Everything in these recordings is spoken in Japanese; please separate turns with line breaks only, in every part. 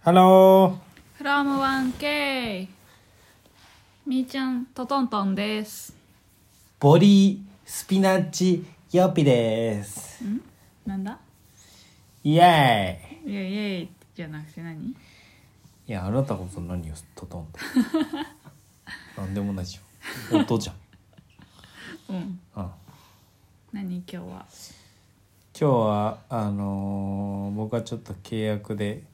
ハロ
フロム 1K みーちゃんトトントンです
ー、ボリースピナッチヨッピです。
んなんだ
イエーイ
イエイイエイじゃなくて何
いや、あなたこそ何をトトンと。 なんでもないじゃん。音じゃん。
うん
うん、
何今日は
今日は、あのー僕はちょっと契約で、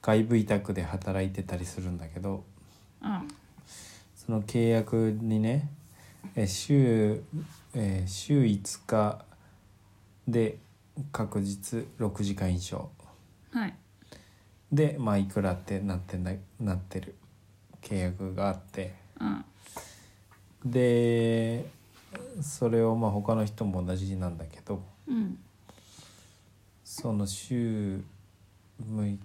外部委託で働いてたりするんだけど、
あ
その契約にね、え週、えー週5日で確実6時間以上。
はい
でまあいくらってなってななってる契約があって
うん
でそれをまあ他の人も同じなんだけど
うん
その週6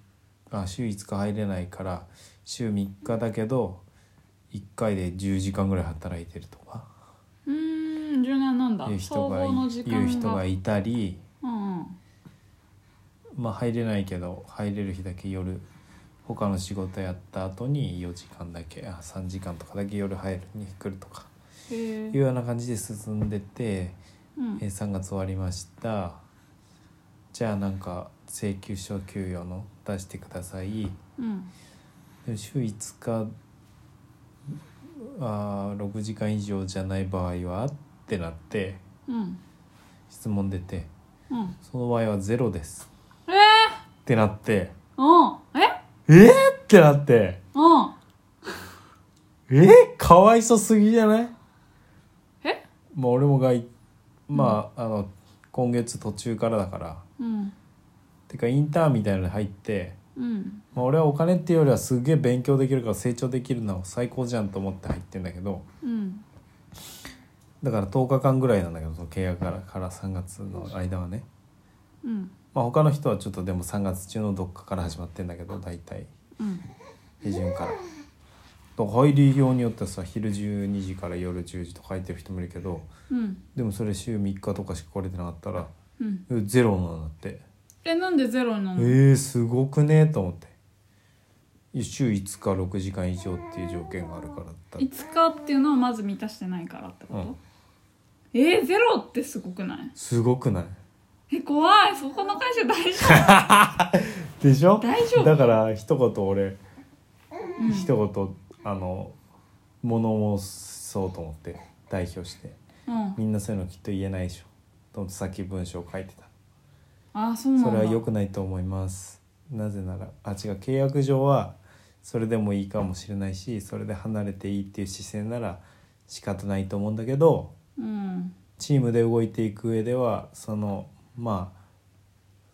あ週5日入れないから週3日だけど1回で10時間ぐらい働いてるとか
うーん柔軟なんだ
いう人
総
が
合の
い
時間が
いう人がいたり
うんうん
まあ入れないけど入れる日だけ夜他の仕事やった後に4時間だけあ3時間とかだけ夜入るに来るとか。
へ
いう
え
ような感じで進んでて、
うん
えー3月終わりましたじゃあなんか請求書給与の出してください
うん
でも週5日あー6時間以上じゃない場合はってなって
うん
質問出て
うん
その場合はゼロです
え
ってなって
うんえ
えー、ってなって
うん
えー、かわいそすぎじゃない
え
まあ俺もがいまあ,、あの今月途中からだから
うん
てかインターンみたいなのに入って、
うん
まあ、俺はお金っていうよりはすげえ勉強できるから成長できるのは最高じゃんと思って入ってんだけど
うん
だから10日間ぐらいなんだけどその契約からから3月の間はね、
うん
まあ、他の人はちょっとでも3月中のどっかから始まってんだけど大体
うん
手順から。だから入りようによってはさ昼12時から夜10時とか入ってる人もいるけど
うん
でもそれ週3日とかしか来れてなかったら
うん
えゼロなんだって。
えなんでゼロなの
えー、すごくねと思って週5日6時間以上っていう条件があるからだった
5日っていうのをまず満たしてないからってこと、
うん
えー、ゼロってすごくない
すごくない
え怖いそこの会社大 丈
でしょ
大丈夫
だから一言俺、一言あの物申そうと思って代表して
夫うん
みんなそういうのきっと言えないでしょと思ってさっき文章書いてた
あそうなんだ
それは良くないと思いますなぜならあ違う契約上はそれでもいいかもしれないしそれで離れていいっていう視線なら仕方ないと思うんだけど
うん
チームで動いていく上ではそのまあ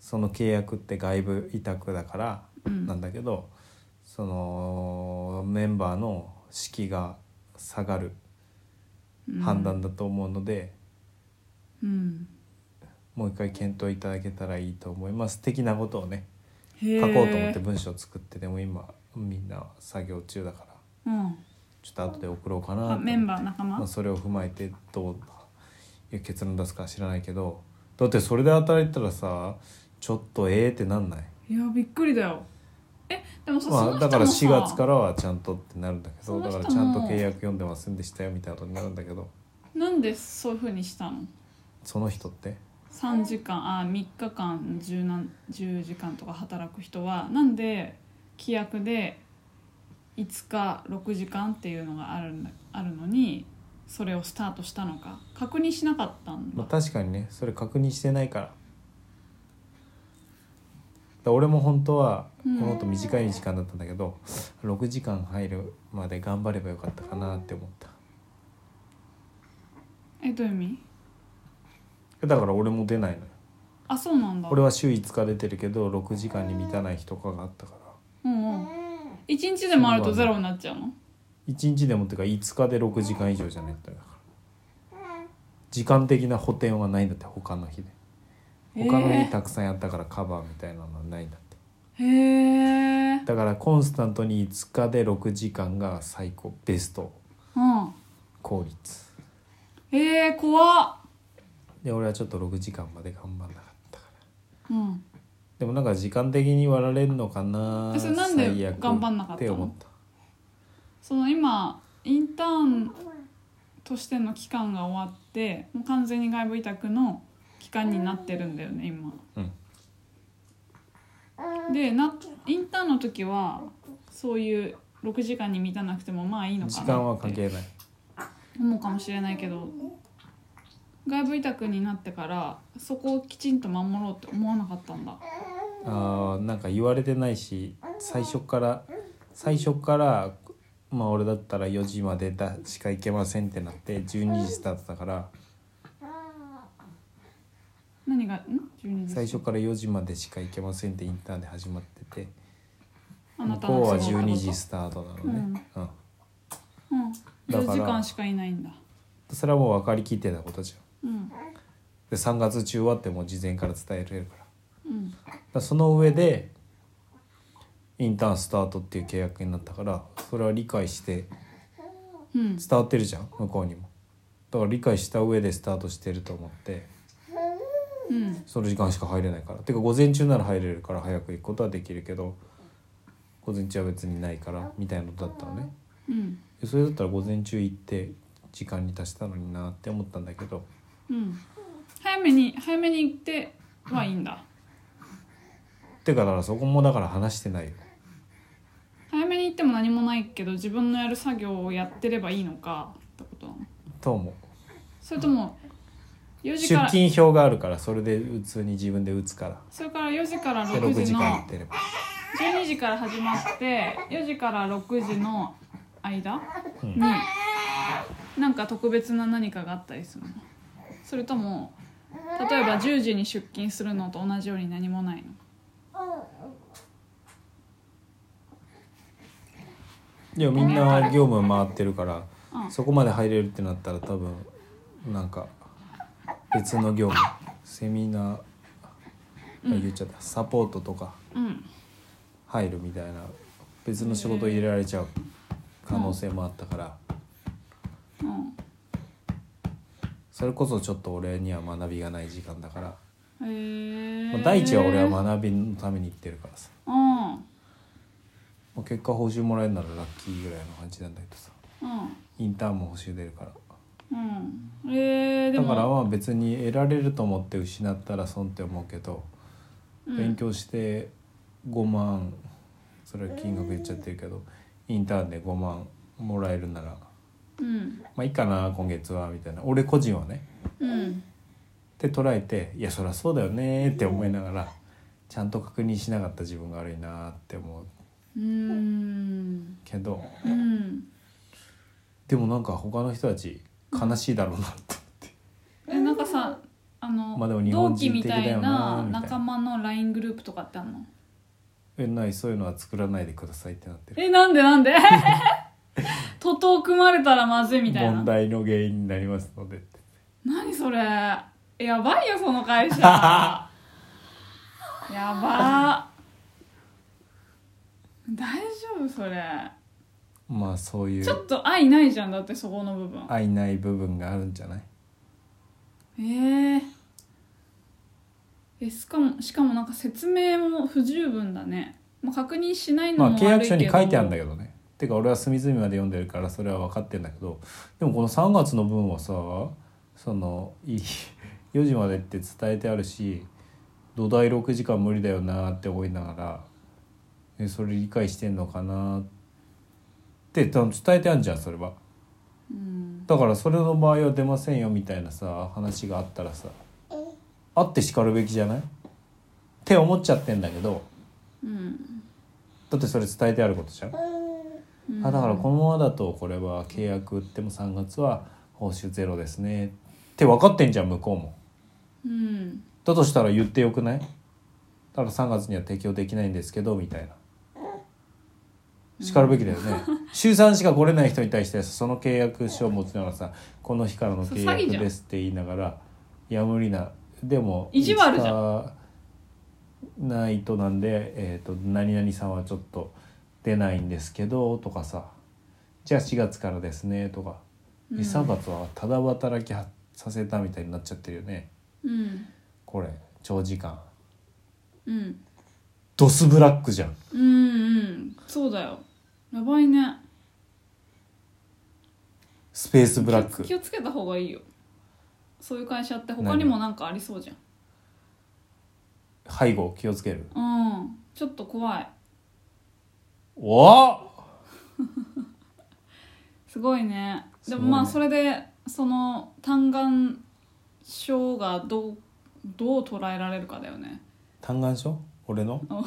その契約って外部委託だから
うん
なんだけど、そのメンバーの士気が下がる
うん
判断だと思うので、
うん
もう一回検討いただけたらいいと思います的なことをね
へ
書
え
こうと思って文章を作ってでも今みんな作業中だから
うん
ちょっと後で送ろうかなと思
あ
って
メンバー仲間
まあ、それを踏まえてどういう結論出すかは知らないけどだってそれで働いてたらさちょっとええってなんない、
いやびっくりだよえでもさ、その
まあ、
人もさ
だから4月からはちゃんとってなるんだけ
そ
どだ
の
か
人も
らちゃんと契約読んでませんでしたよみたいなことになるんだけど
なんでそういうふうにしたの
その人って
3時間あ3日間10何10時間とか働く人はなんで規約で5日6時間っていうのがあるんだあるのにそれをスタートしたのか確認しなかったん
まあ、
だ、
確かにねそれ確認してないからだから俺も本当は
うん
もっと短い時間だったんだけど、6時間入るまで頑張ればよかったかなって思った
えどういう意味
だから俺も出ないのよ
あそうなんだ
俺は週5日出てるけど6時間に満たない日とかがあったから
うんうん1日でもあるとゼロになっちゃうの
1日でもっていうか5日で6時間以上じゃないとだから時間的な補填はないんだって他の日で他の日たくさんやったからカバーみたいなのはないんだって
へえ
だからコンスタントに5日で6時間が最高ベスト
うん
効率
えー、怖っ
で俺はちょっと6時間まで頑張んなかったから
うん
ででもなんか時間的に割られるのかな
えそれなんで
最悪
頑張んなかったの
って思った
その今インターンとしての期間が終わってもう完全に外部委託の期間になってるんだよね今。でなインターンの時はそういう6時間に満たなくてもまあいいの
時
かなって
間は関係ない
思うかもしれないけど外部委託になってからそこをきちんと守ろうって思わなかったんだ
あーなんか言われてないし最初から最初からまあ俺だったら4時までだしか行けませんってなって12時スタートだから
何がん12時
最初から4時までしか行けませんってインターンで始まってて
あ
向
なた
こうは
の
12時スタートなのね、うん
うん、
だ
10
から
時間しかいないんだ
それはもう分かりきってたことじゃん
うん
で3月中はってもう事前から伝えられるからだか
うん
らその上でインターンスタートっていう契約になったからそれは理解して
うん
伝わってるじゃん向こうにもだから理解した上でスタートしてると思って
うん
その時間しか入れないからてか午前中なら入れるから早く行くことはできるけど午前中は別にないからみたいなことだったのね
うん
でそれだったら午前中行って時間に達したのになって思ったんだけど
うん早めに早めに行ってはいいんだ
てかだからそこもだから話してないよ
早めに行っても何もないけど自分のやる作業をやってればいいのかってことなの
と思う
それとも4時
出
から
勤表があるからそれで普通に自分で打つから
それから4時から
で
6
6
時
時
の
間行ってれば
12時から始まって4時から6時の間に、なんか特別な何かがあったりするのそれとも例えば10時に出勤するのと同じように何もないの
いやみんな業務回ってるから
うん
そこまで入れるってなったら多分なんか別の業務セミナーあ言っちゃったサポートとか
うん
入るみたいな別の仕事入れられちゃう可能性もあったから
う
それこそちょっと俺には学びがない時間だから
んへえ
まあ第一は俺
ま
は学びのために行ってるからさ
うん
まあ結果報酬もらえるならラッキーぐらいの感じなんだけどさ
う
インターンも報酬出るから
んうんえー、で
だ
も
からまあ別に得られると思って失ったら損って思うけど、
うん
勉強して5万それは金額言っちゃってるけどインターンで5万もらえるなら
うん
まあいいかな今月はみたいな俺個人はね
うん
って捉えていやそりゃそうだよねって思いながらちゃんと確認しなかった自分が悪いなって思う
うーん
けど
うん
でもなんか他の人たち悲しいだろうなって
えなんかさあの、
まあでも日本
同
人
期
的
み
だ
たい
よな
な仲間の LINE グループとかってあんの
えないそういうのは作らないでくださいってなってる
えなんでな んで徒党組まれたらまずいみたい
問
な
題の原因になりますのでって
何それやばいよその会 社やば大丈夫それ
まあそうい
ちょ
う
っと愛ないじゃんだってそこの部分
愛ない部分があるんじゃない
えー、えしかもしかもなんか説明も不十分だね、まあ、確認しない
ま
の
あ
も悪いけ
契
ど、
約書に書いてあるんだけどねてか俺は隅々まで読んでるからそれは分かってんだけどでもこの3月の分はさそのい 4時までって伝えてあるし土台6時間無理だよなって思いながらえそれ理解してんのかなって多分伝えてあるじゃんそれは
うん
だからそれの場合は出ませんよみたいなさ話があったらさあってしかるべきじゃないって思っちゃってんだけど
うん
だってそれ伝えてあることじゃん
うん
あだからこのままだとこれは契約売っても3月は報酬ゼロですねって分かってんじゃん向こうも
うん
だとしたら言ってよくないだから3月には適用できないんですけどみたいなしかるべきだよ ね週3しか来れない人に対してその契約書を持ちながらさこの日からの契
そう詐欺じ
約
ゃん
ですって言いながらいや無理なでも
意地悪じゃ
んないとなんで、えー、と何々さんはちょっと出ないんですけどとかさじゃあ4月からですねとか、
うん
え3月はただ働きはさせたみたいになっちゃってるよね
うん
これ長時間
うん
ドスブラックじゃん
うんうんそうだよやばいね
スペースブラック
気をつけた方がいいよそういう会社って他にもなんかありそうじゃん
背後気をつける
うんちょっと怖い
おお
すごいね
す
でも
ごいね
まあそれでその単眼症がどうどう捉えられるかだよね
単眼症俺の
あ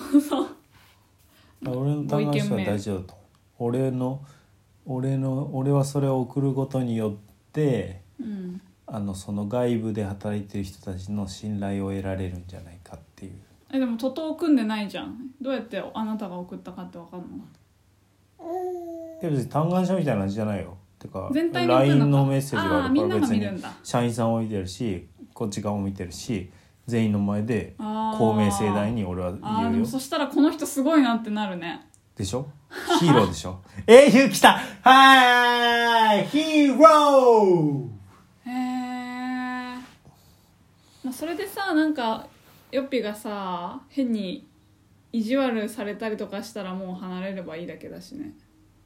あ俺の単眼症
ご
は
意見名
大事だと俺の俺の俺はそれを送ることによって
うん
あのその外部で働いてる人たちの信頼を得られるんじゃないかっていう
えでも徒党組んでないじゃんどうやってあなたが送ったかって分かんの
で別に単眼症みたいな感じじゃないよてか
全体に送るの
LINE
か
のメッセージがあ
あーみ
る
ん
か
な
ら
が
別
見
に
るんだ
社員さんを見てるしこっち側も見てるし全員の前で
あー
公明正大に俺は
あー
言
で
う
も
よ
そしたらこの人すごいなってなるね
でしょヒーローでしょ 英雄来たはーいヒーロ
へえ、まあ、それでさなんかヨッピーがさ変に意地悪されたりとかしたらもう離れればいいだけだしね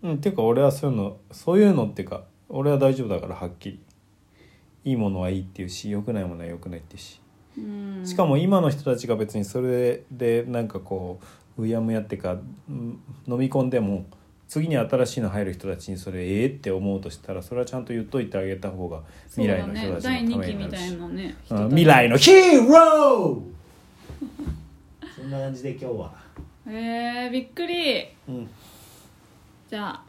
ーうんていうか俺はそういうのそういうのっていうか俺は大丈夫だからはっきりいいものはいいっていうし良くないものは良くないっていうし
うん
しかも今の人たちが別にそれでなんかこううやむやってかうん飲み込んでも次に新しいの入る人たちにそれええって思うとしたらそれはちゃんと言っといてあげた方が未来の人たち
そうだね、第
のた
二
め
期
に
み
な
た
る
い
し
なね人
う
たち
ん未来のヒーロ ーそんな感じで今日は、
えー、びっくり
うん、
じゃあ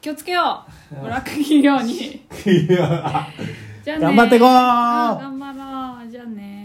気をつけようブラック企業に
いや
じゃあね
頑張ってこ
あ
ー
頑張ろうじゃあね